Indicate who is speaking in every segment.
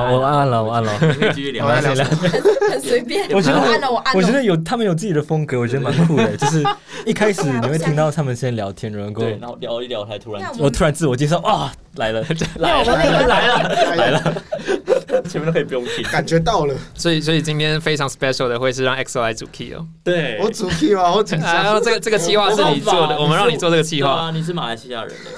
Speaker 1: 按
Speaker 2: 我
Speaker 1: 了，
Speaker 2: 按了，我按了。
Speaker 1: 你可以继续聊
Speaker 3: 我。按
Speaker 2: 谁
Speaker 3: 了
Speaker 2: 来？
Speaker 4: 很随便。
Speaker 2: 我觉得
Speaker 4: 按了我按了，
Speaker 2: 我觉得有他们有自己的风格，我觉得蛮酷的。就是一开始你会听到他们先聊天，然后
Speaker 1: 对，然后聊一聊，才突然
Speaker 4: 那我
Speaker 2: 我突然自我介绍，哇，来了，
Speaker 1: 来
Speaker 4: 那我们那
Speaker 1: 了
Speaker 4: 个
Speaker 1: 来了，
Speaker 3: 来了，
Speaker 1: 前面都可以不用听。
Speaker 3: 哎感觉到了，
Speaker 5: 所以所以今天非常 special 的会是让 XO 来主 key 哦。啊
Speaker 1: 对，
Speaker 3: 我主 key 吗？我主 key
Speaker 5: 然后这个这个计划是你做的，我们让你做这个计划。
Speaker 1: 哦啊，你是马来西亚人嘞，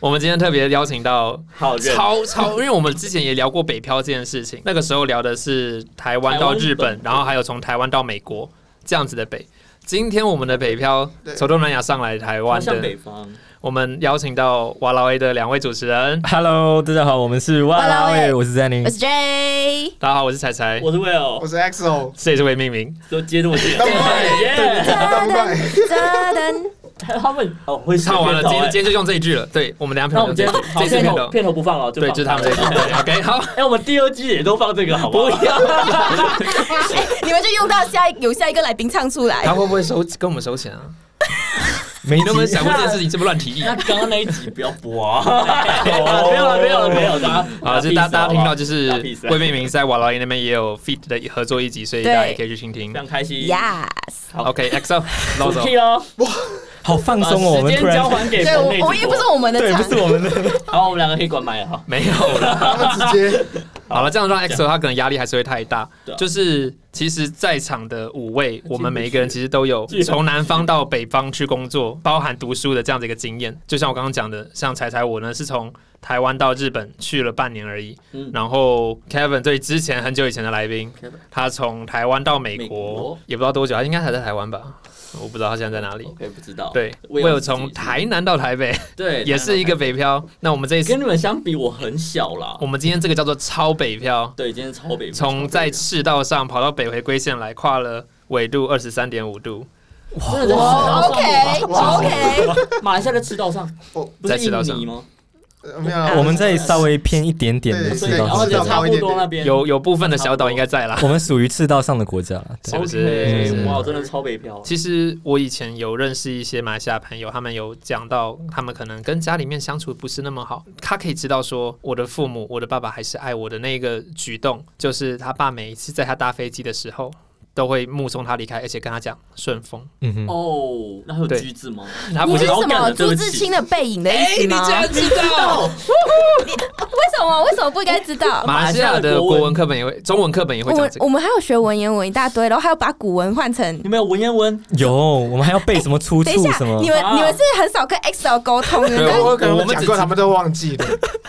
Speaker 5: 我们今天特别邀请到
Speaker 1: 好人，
Speaker 5: 超超，因为我们之前也聊过北漂这件事情，那个时候聊的是台湾到日
Speaker 1: 台湾
Speaker 5: 本
Speaker 1: 日，本
Speaker 5: 然后还有从台湾到美国这样子的北。今天我们的北漂
Speaker 3: 对
Speaker 5: 从东南亚上来台
Speaker 1: 超
Speaker 5: 湾
Speaker 1: 像
Speaker 5: 的
Speaker 1: 北，方，
Speaker 5: 我们邀请到瓦劳 A 的两位主持人，
Speaker 2: Hello，大家好，我们是哇啦喂，我是 Zanny
Speaker 4: 我。是 J，
Speaker 5: 大家好，我是彩彩，
Speaker 1: 我是 Will，
Speaker 3: 我是 XO，
Speaker 5: 这也是为命名，
Speaker 1: 都接这么近，
Speaker 3: 当然
Speaker 1: 耶！
Speaker 3: 当然，
Speaker 4: 噔噔，
Speaker 1: 他们哦会
Speaker 5: 唱完了，今
Speaker 1: 片
Speaker 5: 天
Speaker 1: 头哎
Speaker 5: 今天就用这一句了。对，我们等一下
Speaker 1: 那我
Speaker 5: 片
Speaker 1: 们
Speaker 5: 头
Speaker 1: 今
Speaker 5: 这
Speaker 1: 天好
Speaker 5: 一句这
Speaker 1: 片
Speaker 5: 一句片
Speaker 1: 头
Speaker 5: 头，
Speaker 1: 片头不放了，
Speaker 5: 对，就
Speaker 1: 放
Speaker 5: 是他们这一句。对 OK，好，
Speaker 1: 哎，我们第二季也都放这个，好不好？不要，
Speaker 4: 哎你们就用到下一有下一个来宾唱出来
Speaker 5: 他。会不会收跟我们收钱啊？
Speaker 2: 没
Speaker 5: 你能不能
Speaker 2: 急
Speaker 5: 想过这件事情是不是乱提议？啊
Speaker 1: 那刚刚那一集不要播 啊！没有了，没有了，没有了，
Speaker 5: 啊，就
Speaker 1: 这
Speaker 5: 是大大家听到就是
Speaker 1: 大 piece 啊
Speaker 5: 魏明明在瓦劳伊那边也有 feat 的合作一集，所以大
Speaker 4: 对
Speaker 5: 家也可以去听听
Speaker 1: 非。常开心。
Speaker 4: Yes，
Speaker 1: 好
Speaker 5: OK，XO，老
Speaker 1: 主
Speaker 5: 总，
Speaker 1: 题哦，
Speaker 2: 好放
Speaker 1: 把
Speaker 2: 松哦，我
Speaker 1: 啊呃时
Speaker 2: 们
Speaker 1: 间
Speaker 2: 突然
Speaker 1: 交还给
Speaker 4: 对，
Speaker 1: 棚内
Speaker 4: 我我
Speaker 1: 主
Speaker 4: 也
Speaker 1: 播
Speaker 4: 不是我们 的
Speaker 2: 对，
Speaker 4: 场
Speaker 2: 不，是我们的，
Speaker 1: 好，我们两个可以关麦了哈。
Speaker 5: 没有了。
Speaker 3: 他们直接
Speaker 5: 好了，这样让 XO 他可能压力还是会太大
Speaker 1: 对啊。
Speaker 5: 就是其实，在场的五 位，我们每一个人其实都有
Speaker 1: 进不去
Speaker 5: 从南方到北方去工作， 包含读书的这样的一个经验。就像我刚刚讲的，像彩彩我呢是从台湾到日本去了半年而已。
Speaker 1: 嗯
Speaker 5: 然后 Kevin 对之前很久以前的来宾，他从台湾到美
Speaker 1: 美
Speaker 5: 国
Speaker 1: 国，
Speaker 5: 也不知道多久，他应该还在台湾吧？我不知道他现在在哪里。
Speaker 1: OK，不知道。
Speaker 5: 对，
Speaker 1: 我
Speaker 5: 我
Speaker 1: 有
Speaker 5: 有
Speaker 1: 自己
Speaker 5: 从
Speaker 1: 是
Speaker 5: 台南到台北，
Speaker 1: 对，
Speaker 5: 也是一个北漂。那我们这一次
Speaker 1: 跟，你们相比，我很小啦
Speaker 5: 我。们今天这个叫做超北漂，
Speaker 1: 对，今天超北部，
Speaker 5: 从在赤道上跑到北回归线来，跨了纬度二十三点五度，
Speaker 1: 真的在赤道上
Speaker 4: ，OK
Speaker 1: 吗
Speaker 4: OK，
Speaker 1: 马来西亚的赤道上，
Speaker 3: 哦
Speaker 1: 不
Speaker 5: 在
Speaker 1: 是
Speaker 5: 赤道上
Speaker 1: 印尼吗？
Speaker 3: 呃没有
Speaker 2: 哎我
Speaker 3: 啦，
Speaker 2: 们再稍微偏一点点的
Speaker 3: 对
Speaker 1: 所
Speaker 2: 赤
Speaker 1: 以
Speaker 2: 道
Speaker 1: 然后
Speaker 3: 赤
Speaker 1: 就
Speaker 3: 道
Speaker 2: 上，
Speaker 1: 差不多那边
Speaker 5: 有有部分的小岛应该在啦。
Speaker 2: 我们属于赤道上的国家了。对
Speaker 1: 哦
Speaker 5: 是不是
Speaker 1: OK，
Speaker 5: 是不是
Speaker 1: 哇，真的超北漂。
Speaker 5: 其实我以前有认识一些马来西亚朋友，他们有讲到，他们可能跟家里面相处不是那么好，他可以知道说，我的父母，我的爸爸还是爱我的那个举动，就是他爸每一次在他搭飞机的时候，都会目送他离开，而且跟他讲顺风，
Speaker 2: 嗯哼，
Speaker 1: 哦，那还有
Speaker 5: 对
Speaker 1: 橘子吗？
Speaker 5: 他
Speaker 4: 你
Speaker 5: 不
Speaker 4: 是
Speaker 5: 是
Speaker 4: 什
Speaker 1: 老梗
Speaker 4: 么
Speaker 1: 了对
Speaker 4: 朱
Speaker 1: 不
Speaker 4: 自
Speaker 1: 起哎
Speaker 4: 清的背影的意思吗？
Speaker 5: 知 道？
Speaker 4: 为什么为什么不应该知道？
Speaker 5: 马来西亚的国文课本也会，中文课本也会
Speaker 4: 我
Speaker 5: 讲
Speaker 4: 们
Speaker 5: 这个。
Speaker 4: 我们还有学文言文一大堆，然后还有把古文换成
Speaker 1: 你。们有文言文？
Speaker 2: 有，我们还要背什么出
Speaker 4: 哎等一
Speaker 2: 处
Speaker 4: 下
Speaker 2: 什，么
Speaker 4: 你？们
Speaker 1: 啊
Speaker 4: 你们是很少跟 XL 沟通的，
Speaker 5: 对
Speaker 3: 我
Speaker 4: 那
Speaker 3: 我可
Speaker 5: 我
Speaker 3: 能
Speaker 5: 们
Speaker 3: 讲
Speaker 5: 只
Speaker 3: 过，
Speaker 5: 知
Speaker 3: 他们都忘记了。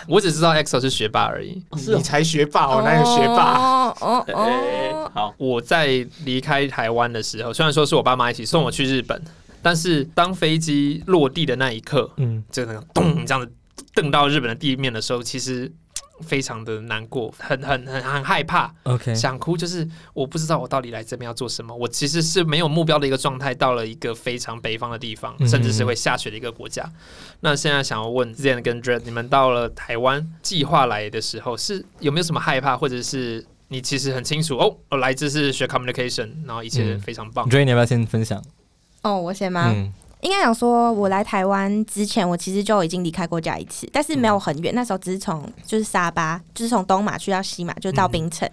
Speaker 5: 我只知道 EXO 是学霸而已。
Speaker 1: 是哦
Speaker 3: 你才学霸，我哪有学霸？
Speaker 4: 哦哦
Speaker 1: 哎
Speaker 4: 哦，
Speaker 1: 好，
Speaker 5: 我在离开台湾的时候，虽然说是我爸妈一起送我去日本，但是当飞机落地的那一刻，
Speaker 2: 嗯，
Speaker 5: 就那个咚这样子蹬到日本的地面的时候，其实嘖非常的难过，很很很很害怕，
Speaker 2: OK，
Speaker 5: 想哭，就是我不知道我到底来这边要做什么。我其实是没有目标的一个状态，到了一个非常北方的地方，
Speaker 2: 嗯
Speaker 5: 甚至是会下雪的一个国家。那现在想要问 Zen 跟 Dread，你们到了台湾计划来的时候，是有没有什么害怕，或者是你其实很清楚哦，我来自是学 communication，然后一切
Speaker 2: 嗯
Speaker 5: 非常棒
Speaker 2: 你。觉得你要不要先分享？
Speaker 4: 哦，我先吗？
Speaker 2: 嗯，
Speaker 4: 应该讲说，我来台湾之前，我其实就已经离开过家一次，但是没有很远，那时候只是从就是沙巴，就是从东马去到西马，就到槟城。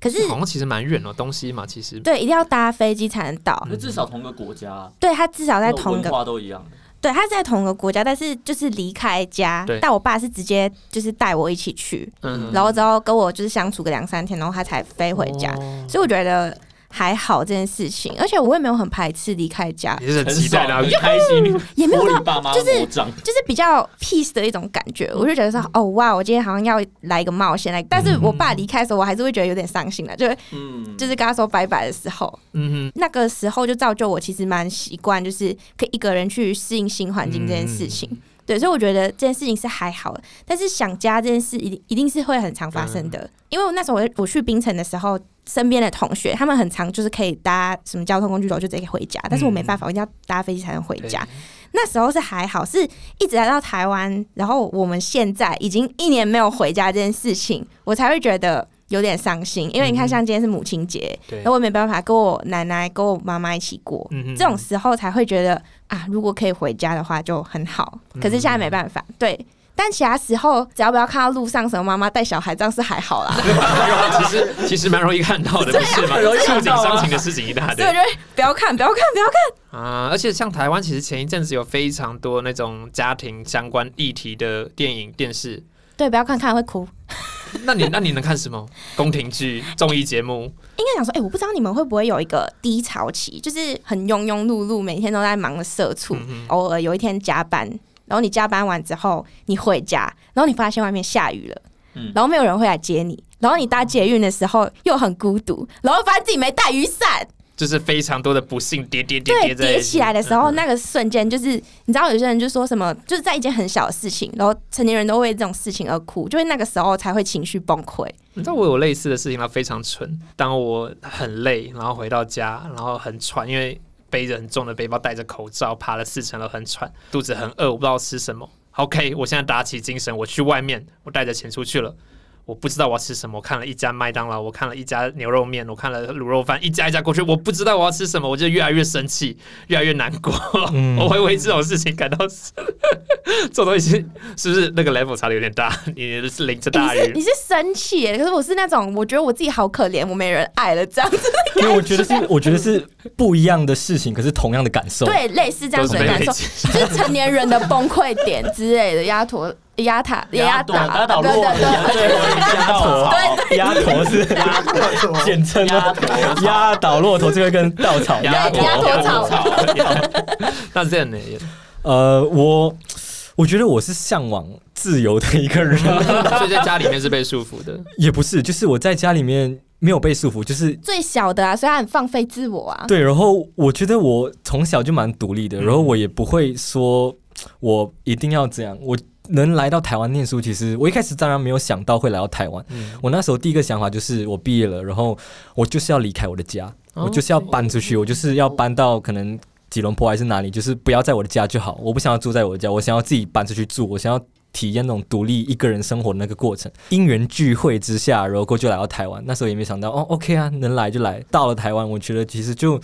Speaker 4: 可是
Speaker 5: 好像其实蛮远哦，东西嘛，其实
Speaker 4: 对，一定要搭飞机才能到。
Speaker 1: 那至少同个国家，
Speaker 4: 对他至少哦在同
Speaker 1: 嗯
Speaker 4: 一
Speaker 1: 文
Speaker 4: 个，
Speaker 1: 化都一样。
Speaker 4: 对他是在同一个国家，但是就是离开家
Speaker 5: 对，
Speaker 4: 但我爸是直接就是带我一起去，
Speaker 5: 嗯，
Speaker 4: 然后之后跟我就是相处个两三天，然后他才飞回家，所以我觉得还好这件事情，而且我也没有很排斥离开家，
Speaker 5: 也是很期待
Speaker 1: 很
Speaker 5: 的。
Speaker 1: 开心，
Speaker 4: 嗯也没有
Speaker 1: 脱
Speaker 4: 到
Speaker 1: 离爸妈
Speaker 4: 就是
Speaker 1: 魔掌，
Speaker 4: 就是比较 peace 的一种感觉，我就觉得说，哦哇，我今天好像要来一个冒险来。但是我爸离开的时候，我还是会觉得有点伤心的，啊就是
Speaker 1: 嗯，
Speaker 4: 就是跟他说拜拜的时候，
Speaker 5: 嗯哼，
Speaker 4: 那个时候就造就我其实蛮习惯，就是可以一个人去适应新环境这件事情。对，所以我觉得这件事情是还好的，但是想家这件事一定一定是会很常发生的，因为我那时候我我去槟城的时候，身边的同学他们很常就是可以搭什么交通工具，然后就直接回家，但是我没办法，我一定要搭飞机才能回家。那时候是还好，是一直来到台湾，然后我们现在已经一年没有回家这件事情，我才会觉得有点伤心。因为你看，像今天是母亲节，
Speaker 5: 对
Speaker 4: 然后我也没办法跟我奶奶、跟我妈妈一起过，
Speaker 5: 嗯哼
Speaker 4: 这种时候才会觉得啊，如果可以回家的话就很好。可是现在没办法，对。但其他时候，只要不要看到路上什么妈妈带小孩，这样是还好 啦。
Speaker 5: 其实其实蛮容易 看到的，不是吗？
Speaker 1: 很容易
Speaker 5: 触
Speaker 1: 看
Speaker 5: 景
Speaker 1: 到啊
Speaker 5: 伤情的事情一大
Speaker 4: 所
Speaker 5: 堆
Speaker 4: 以我就会不要看，不要看，不要看。
Speaker 5: 啊！而且像台湾，其实前一阵子有非常多那种家庭相关议题的电影、电视。
Speaker 4: 对，不要看看会哭。
Speaker 5: 那你那你能看什么？宫廷剧、综艺节目？
Speaker 4: 应该想说，哎、我不知道你们会不会有一个低潮期，就是很庸庸碌碌，每天都在忙的社畜，
Speaker 5: 嗯
Speaker 4: 偶尔有一天加班，然后你加班完之后，你回家，然后你发现外面下雨了，
Speaker 1: 嗯
Speaker 4: 然后没有人会来接你，然后你搭捷运的时候又很孤独，然后发现自己没带雨伞，
Speaker 5: 就是非常多的不幸叠叠叠
Speaker 4: 对，
Speaker 5: 叠在
Speaker 4: 叠
Speaker 5: 一
Speaker 4: 起来的时
Speaker 5: 嗯
Speaker 4: 候，那个瞬间就是，你知道有些人就说什么，就是在一件很小的事情，然后成年人都为这种事情而哭，就是那个时候才会情绪崩溃。
Speaker 5: 你知道我有类似的事情吗？非常蠢。当我很累，然后回到家，然后很喘，因为背着很重的背包，戴着口罩，爬了四层楼，很喘，肚子很饿，我不知道吃什么。OK，我现在打起精神，我去外面，我带着钱出去了。我不知道我要吃什么，我看了一家麦当劳，我看了一家牛肉面，我看了卤肉饭，一家一家过去，我不知道我要吃什么，我就越来越生气，越来越难过。
Speaker 2: 嗯
Speaker 5: 我会为这种事情感到， 这种东西是不是那个 level 差的有点大？你 是淋着
Speaker 4: 欸
Speaker 5: 大
Speaker 4: 你是
Speaker 5: 雨
Speaker 4: 你，是生气耶，可是我是那种我觉得我自己好可怜，我没人爱了这样子，
Speaker 2: 因为我觉得是，我觉得是不一样的事情，可是同样的感受。
Speaker 4: 对，类似这样子的
Speaker 5: 都是被
Speaker 4: 感受，就是成年人的崩溃点之类的，压驼、压塔、
Speaker 2: 啊
Speaker 4: 打、
Speaker 1: 压倒
Speaker 4: 对
Speaker 1: 骆
Speaker 4: 对对，
Speaker 1: 驼，最后一根稻草，
Speaker 2: 压头是
Speaker 1: 压
Speaker 2: 简称
Speaker 1: 压
Speaker 2: 啊，
Speaker 1: 头，
Speaker 2: 压倒骆驼这个跟稻草
Speaker 4: 压
Speaker 2: 头。
Speaker 4: 压头草
Speaker 5: 那这样 呢？
Speaker 2: 呃，我我觉得我是向往自由的一个人，
Speaker 5: 所以在家里面是被束缚的。
Speaker 2: 也不是，就是我在家里面没有被束缚，就是
Speaker 4: 最小的啊，所以他很放飞自我啊。
Speaker 2: 对，然后我觉得我从小就蛮独立的，然后我也不会说我一定要这样。我能来到台湾念书，其实我一开始当然没有想到会来到台湾。我那时候第一个想法就是我毕业了，然后我就是要离开我的家，
Speaker 5: 哦
Speaker 2: 我就是要搬出去，我就是要搬到可能。吉隆坡还是哪里，就是不要在我的家就好。我不想要住在我的家，我想要自己搬出去住，我想要体验那种独立一个人生活的那个过程。因缘聚会之下，然后过就来到台湾。那时候也没想到，哦，OK 啊，能来就来。到了台湾，我觉得其实就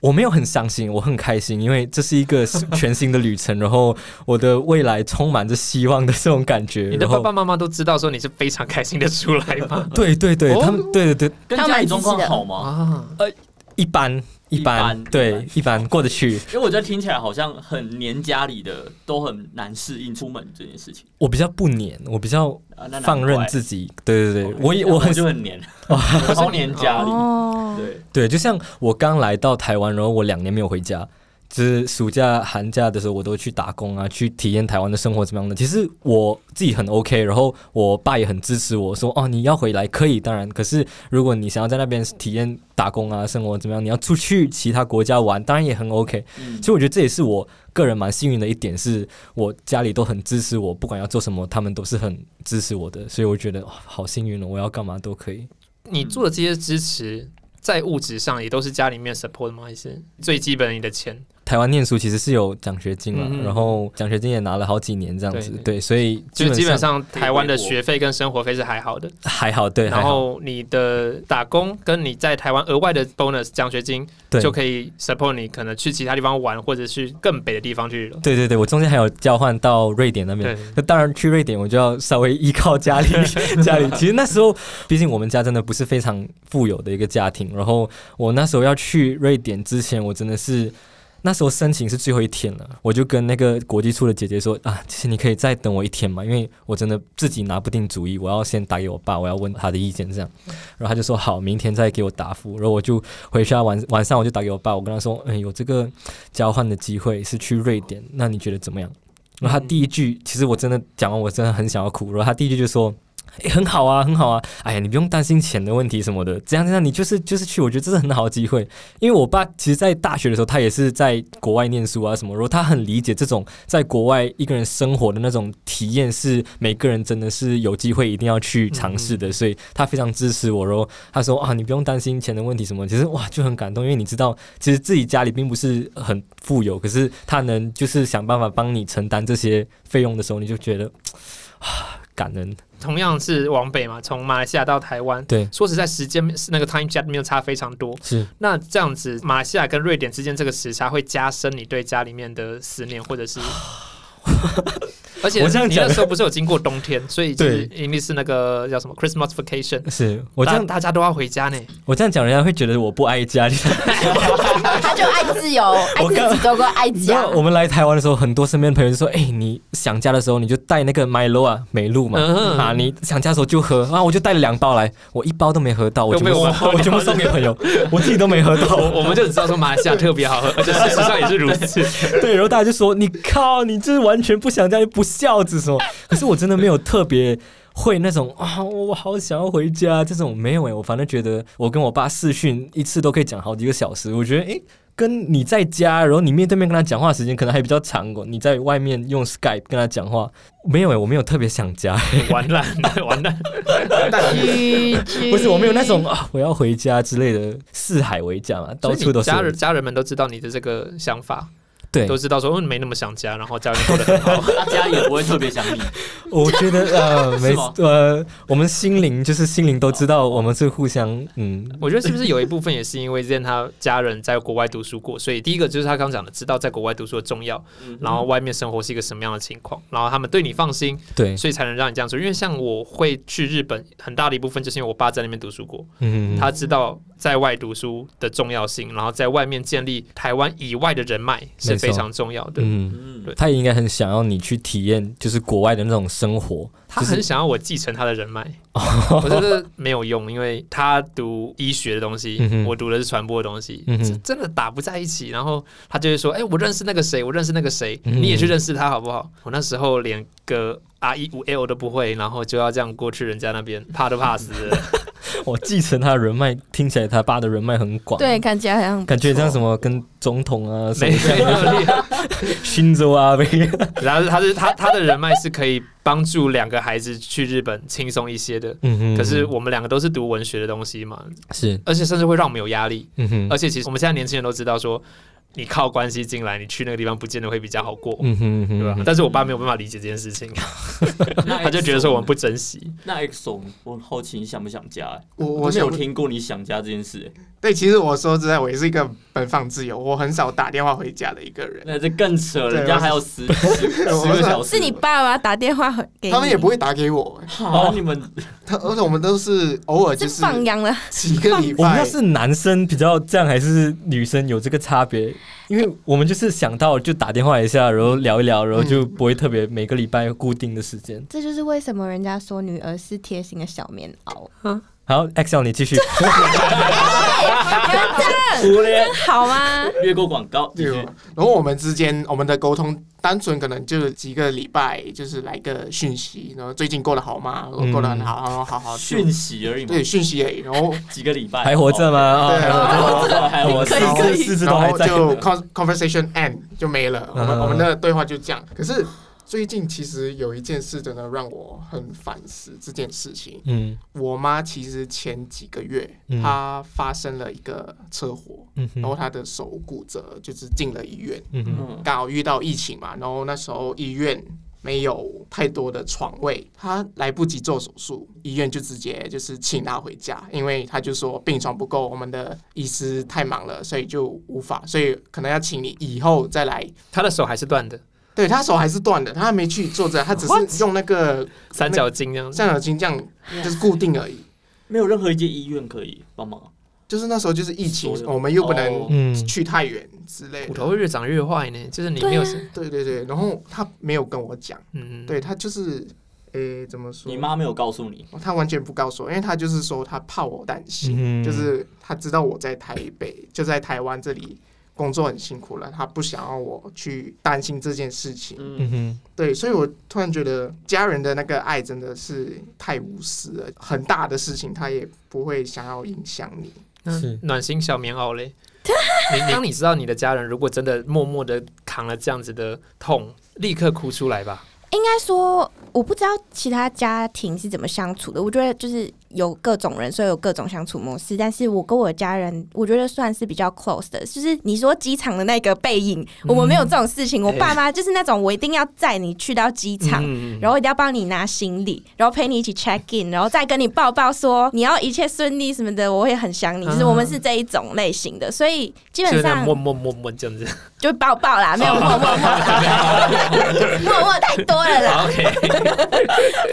Speaker 2: 我没有很伤心，我很开心，因为这是一个全新的旅程，然后我的未来充满着希望的这种感觉。
Speaker 5: 你的
Speaker 2: 然
Speaker 5: 爸
Speaker 2: 后
Speaker 5: 爸妈妈都知道说你是非常开心的出来 吗？
Speaker 2: 对对对，
Speaker 5: 哦
Speaker 2: 他们对对对，
Speaker 1: 跟家里状况好吗？
Speaker 5: 啊，
Speaker 2: 一般一般
Speaker 1: 一般一
Speaker 2: 对
Speaker 1: 般
Speaker 2: 一般过得去。
Speaker 1: 因为我觉得听起来好像很黏家里的，都很难适应出门这件事情
Speaker 2: 我比较不黏，我比较
Speaker 1: 啊。那难怪
Speaker 2: 放任自己。对对对，我也
Speaker 1: 哦我
Speaker 2: 我很
Speaker 1: 就很黏，我超黏家里。
Speaker 4: 哦，
Speaker 1: 对，
Speaker 2: 对，就像我刚来到台湾，然后我两年没有回家，就是暑假、寒假的时候，我都去打工啊，去体验台湾的生活怎么样的。其实我自己很 OK，然后我爸也很支持我说，哦，你要回来可以，当然，可是如果你想要在那边体验打工啊，生活怎么样，你要出去其他国家玩，当然也很 OK。
Speaker 1: 嗯
Speaker 2: 其，实我觉得这也是我个人蛮幸运的一点，是我家里都很支持我，不管要做什么，他们都是很支持我的，所以我觉得哇好幸运哦，我要干嘛都可以。
Speaker 5: 你做的这些支持，在物质上也都是家里面 support 吗？还是最基本的你的钱？
Speaker 2: 台湾念书其实是有奖学金了，
Speaker 5: 嗯
Speaker 2: 然后奖学金也拿了好几年这样子，
Speaker 5: 对
Speaker 2: 对，所以基
Speaker 5: 就是基本
Speaker 2: 本上
Speaker 5: 上台湾的学费跟生活费是还好的，
Speaker 2: 还好，对，
Speaker 5: 然
Speaker 2: 还好，
Speaker 5: 后你的打工跟你在台湾额外的 bonus 奖学金
Speaker 2: 对，
Speaker 5: 就可以 support 你可能去其他地方玩，或者去更北的地方去了。
Speaker 2: 对对对，我中间还有交换到瑞典那边
Speaker 5: 对，
Speaker 2: 那当然去瑞典我就要稍微依靠家 里，家里其实那时候毕竟我们家真的不是非常富有的一个家庭，然后我那时候要去瑞典之前，我真的是。那时候申请是最后一天了，我就跟那个国际处的姐姐说啊，其实你可以再等我一天嘛，因为我真的自己拿不定主意，我要先打给我爸，我要问他的意见这样。然后他就说好，明天再给我答复。然后我就回家晚晚上我就打给我爸，我跟他说，嗯，有这个交换的机会是去瑞典，那你觉得怎么样？然后他第一句，其实我真的讲完，我真的很想要哭。然后他第一句就说。诶很好啊，很好啊！哎呀，你不用担心钱的问题什么的，这样这样，你就是就是去，我觉得这是很好的机会。因为我爸其实，在大学的时候，他也是在国外念书啊什么，然后他很理解这种在国外一个人生活的那种体验，是每个人真的是有机会一定要去尝试的，所以他非常支持我。然后他说啊，你不用担心钱的问题什么，其实哇就很感动，因为你知道，其实自己家里并不是很富有，可是他能就是想办法帮你承担这些费用的时候，你就觉得啊感恩。
Speaker 5: 同样是往北嘛，从马来西亚到台湾，
Speaker 2: 对，
Speaker 5: 说实在，时间是那个 time gap 没有差非常多。
Speaker 2: 是
Speaker 5: 那这样 子，马来西亚跟瑞典之间这个时差会加深你对家里面的思念，或者是而且
Speaker 2: 我这样
Speaker 5: 你
Speaker 2: 讲
Speaker 5: 那时候不是有经过冬天，所 以就是
Speaker 2: 对
Speaker 5: 一定是那个叫什么 Christmas vacation，
Speaker 2: 是我这样
Speaker 5: 大大家都要回家呢。
Speaker 2: 我这样讲，人家会觉得我不爱家里。
Speaker 6: 他就爱自 由，爱自己多过爱
Speaker 2: 你知
Speaker 6: 家
Speaker 2: 道。我们来台湾的时候，很多身边朋友就说：“哎、你想家的时候，你就带那个 Milo 啊，美露嘛，
Speaker 5: 嗯
Speaker 2: 啊，你想家的时候就喝啊。”我就带了两包来，我一包都没喝到，我
Speaker 5: 都
Speaker 2: 全
Speaker 5: 被
Speaker 2: 部
Speaker 5: 我们喝
Speaker 2: 我全部送给朋 友，我自己都没喝
Speaker 5: 我
Speaker 2: 到。
Speaker 5: 我们就只知道说马来西亚特别 好喝，而且事实上也是如此。
Speaker 2: 对，然后大家就说：“你靠，你这是完全不想家，你不孝子什么？”可是我真的没有特别。会那种啊、我好想要回家这种没有诶、我反正觉得我跟我爸视讯一次都可以讲好几个小时，我觉得诶、跟你在家，然后你面对面跟他讲话的时间可能还比较长哦，你在外面用 Skype 跟他讲话，没有诶、我没有特别想家，
Speaker 5: 完 蛋，完蛋！嗯
Speaker 2: 不是我没有那种啊我要回家之类的，四海为家嘛，到
Speaker 5: 所以
Speaker 2: 处
Speaker 5: 你
Speaker 2: 都是
Speaker 5: 家
Speaker 2: 我
Speaker 5: 人家人们都知道你的这个想法，
Speaker 2: 对
Speaker 5: 都，知道说嗯没那么想家，然后家人过得很好。
Speaker 1: 他家也不会特别想你，
Speaker 2: 我觉 得呃没
Speaker 1: 是吗
Speaker 2: 呃，我们心灵就是心灵都知道我们是互相嗯
Speaker 5: 我觉得是不是有一部分也是因为见他家人在国外读书过，所以第一个就是他刚讲的，知道在国外读书的重要，
Speaker 1: 嗯
Speaker 5: 然后外面生活是一个什么样的情况，然后他们对你放心，
Speaker 2: 对
Speaker 5: 所以才能让你这样做。因为像我会去日本，很大的一部分就是因为我爸在那边读书过，
Speaker 2: 嗯
Speaker 5: 他知道在外读书的重要性，然后在外面建立台湾以外的人脉是非常重要的。
Speaker 2: 嗯。
Speaker 1: 嗯，
Speaker 5: 对
Speaker 2: 他也应该很想要你去体验，就是国外的那种生活。
Speaker 5: 他
Speaker 2: 就是
Speaker 5: 很想要我继承他的人脉，
Speaker 2: 哦
Speaker 5: 我觉得没有用，因为他读医学的东西
Speaker 2: 嗯，哼
Speaker 5: 我读的是传播的东西，
Speaker 2: 嗯哼
Speaker 5: 这真的打不在一起。然后他就会说：“哎、我认识那个谁，我认识那个谁，
Speaker 2: 嗯
Speaker 5: 你也去认识他好不好？”我那时候连个 R 一五 L 都不会，然后就要这样过去人家那边，怕都怕死了。
Speaker 2: 我继承他的人脉，听起来他爸的人脉很广。，
Speaker 4: 对，看起来好像
Speaker 2: 感觉像什么跟总统啊、什
Speaker 5: 没
Speaker 2: 么
Speaker 5: 没有力。
Speaker 2: 新州啊，被
Speaker 5: 然后他是他他的人脉是可以帮助两个孩子去日本轻松一些的。
Speaker 2: 嗯哼
Speaker 5: 可是我们两个都是读文学的东西嘛，
Speaker 2: 是
Speaker 5: 而且甚至会让我们有压力。
Speaker 2: 嗯哼
Speaker 5: 而且其实我们现在年轻人都知道说，你靠关系进来，你去那个地方不见得会比较好过，
Speaker 2: 嗯哼嗯哼
Speaker 5: 对吧？但是我爸没有办法理解这件事情，
Speaker 1: 那
Speaker 5: 他就觉得说我们不珍惜。
Speaker 1: 那 X 我我好奇你想不想家、欸？
Speaker 3: 我
Speaker 1: 我
Speaker 3: 我
Speaker 1: 没有
Speaker 3: 有
Speaker 1: 听过你想家这件事、欸，
Speaker 3: 对，其实我说实在，我也是一个奔放自由，我很少打电话回家的一个人。
Speaker 1: 那这更扯，
Speaker 3: 对
Speaker 1: 人家
Speaker 3: 我
Speaker 1: 还有十十十
Speaker 3: 我
Speaker 1: 个
Speaker 3: 是
Speaker 1: 小时，
Speaker 4: 是你爸爸打电话给
Speaker 3: 他们也不
Speaker 4: 会，
Speaker 3: 会打给我，
Speaker 1: 好，你们
Speaker 3: 他而且我们都是偶尔就是是
Speaker 4: 放羊了。
Speaker 3: 几个礼
Speaker 2: 我不知
Speaker 3: 拜
Speaker 2: 道，是男生比较这样，还是女生有这个差别，因为我们就是想到就打电话一下，然后聊一聊，然后就不会特别每个礼拜固定的时间。
Speaker 4: 这就是为什么人家说女儿是贴心的小棉袄，
Speaker 2: 好，Excel 你继续，
Speaker 1: 忽略
Speaker 4: 好吗？
Speaker 1: 略过广告，继
Speaker 3: 对
Speaker 1: 续
Speaker 3: 吧？然后我们之间我们的沟通，单纯可能就是几个礼拜，就是来个讯息，然后最近过得好吗？我过得很好，然后好好
Speaker 1: 讯息而已嘛
Speaker 3: 对，讯息而已，然后
Speaker 1: 几个礼 拜
Speaker 2: 还活着？吗？
Speaker 3: 对
Speaker 2: 啊，
Speaker 1: 哦还活着，还活
Speaker 2: 我
Speaker 1: 着
Speaker 2: 四
Speaker 3: 可以可
Speaker 2: 肢
Speaker 3: 以
Speaker 2: 四肢
Speaker 3: 然
Speaker 2: 都还
Speaker 3: 后
Speaker 2: 在。
Speaker 3: 就 con conversation end 就没了，我们
Speaker 2: 嗯
Speaker 3: 我们的对话就这样。可是最近其实有一件事真的让我很反思这件事情。
Speaker 2: 嗯
Speaker 3: 我妈其实前几个月
Speaker 2: 嗯
Speaker 3: 她发生了一个车祸，
Speaker 2: 嗯
Speaker 3: 然后
Speaker 2: 哼
Speaker 3: 她的手骨折，就是进了医院。
Speaker 2: 嗯哼
Speaker 1: 嗯，
Speaker 3: 刚好遇到疫情嘛，然后那时候医院没有太多的床位，他来不及做手术，医院就直接就是请他回家，因为他就说病床不够，我们的医师太忙了，所以就无法，所以可能要请你以后再来。
Speaker 5: 他的 手还是断的，
Speaker 3: 对他手还是断的，他还没去做这，他只是用那个
Speaker 5: 三角巾这啊样子。
Speaker 3: 橡脑筋这样就是固定而已。
Speaker 1: 没有任何一间医院可以帮忙。
Speaker 3: 就是那时候就是疫情
Speaker 1: 所，有
Speaker 3: 我们又不
Speaker 1: 哦
Speaker 3: 能
Speaker 2: 嗯
Speaker 3: 去太远之类
Speaker 5: 骨
Speaker 3: 的。
Speaker 5: 头会越长越坏呢，就是你没有什，
Speaker 3: 对对对，然后他没有跟我讲，
Speaker 5: 嗯，
Speaker 3: 对他就是，诶，怎么说？
Speaker 1: 你妈没有告诉 你，
Speaker 3: 哦他完全不告诉我，因为他就是说他怕我担心，
Speaker 2: 嗯
Speaker 3: 就是他知道我在台北，就在台湾这里工作很辛苦了，他不想要我去担心这件事情。
Speaker 1: 嗯
Speaker 2: 嗯，哼
Speaker 3: 对，所以我突然觉得家人的那个爱真的是太无私了，很大的事情他也不会想要影响你。
Speaker 5: 那
Speaker 2: 嗯是
Speaker 5: 暖心小棉袄嘞。你你当你知道你的家人如果真的默默的扛了这样子的痛，立刻哭出来吧。
Speaker 4: 应该说，我不知道其他家庭是怎么相处的。我觉得就是有各种人，所以有各种相处模式。但是我跟我家人，我觉得算是比较 close 的，就是你说机场的那个背影，我们没有这种事情。我爸妈就是那种，我一定要载你去到机场，
Speaker 5: 嗯
Speaker 4: 然后一定要帮你拿行李，然后陪你一起 check in，然后再跟你抱抱说你要一切顺利什么的，我会很想你。就是我们是这一种类型的，所以基
Speaker 5: 就
Speaker 4: 本
Speaker 5: 嗯是那
Speaker 4: 上
Speaker 5: 摸摸摸摸这样子。
Speaker 4: 就抱抱
Speaker 5: 哦
Speaker 4: 啦，没有默默默啦，默默太多了啦。
Speaker 5: OK，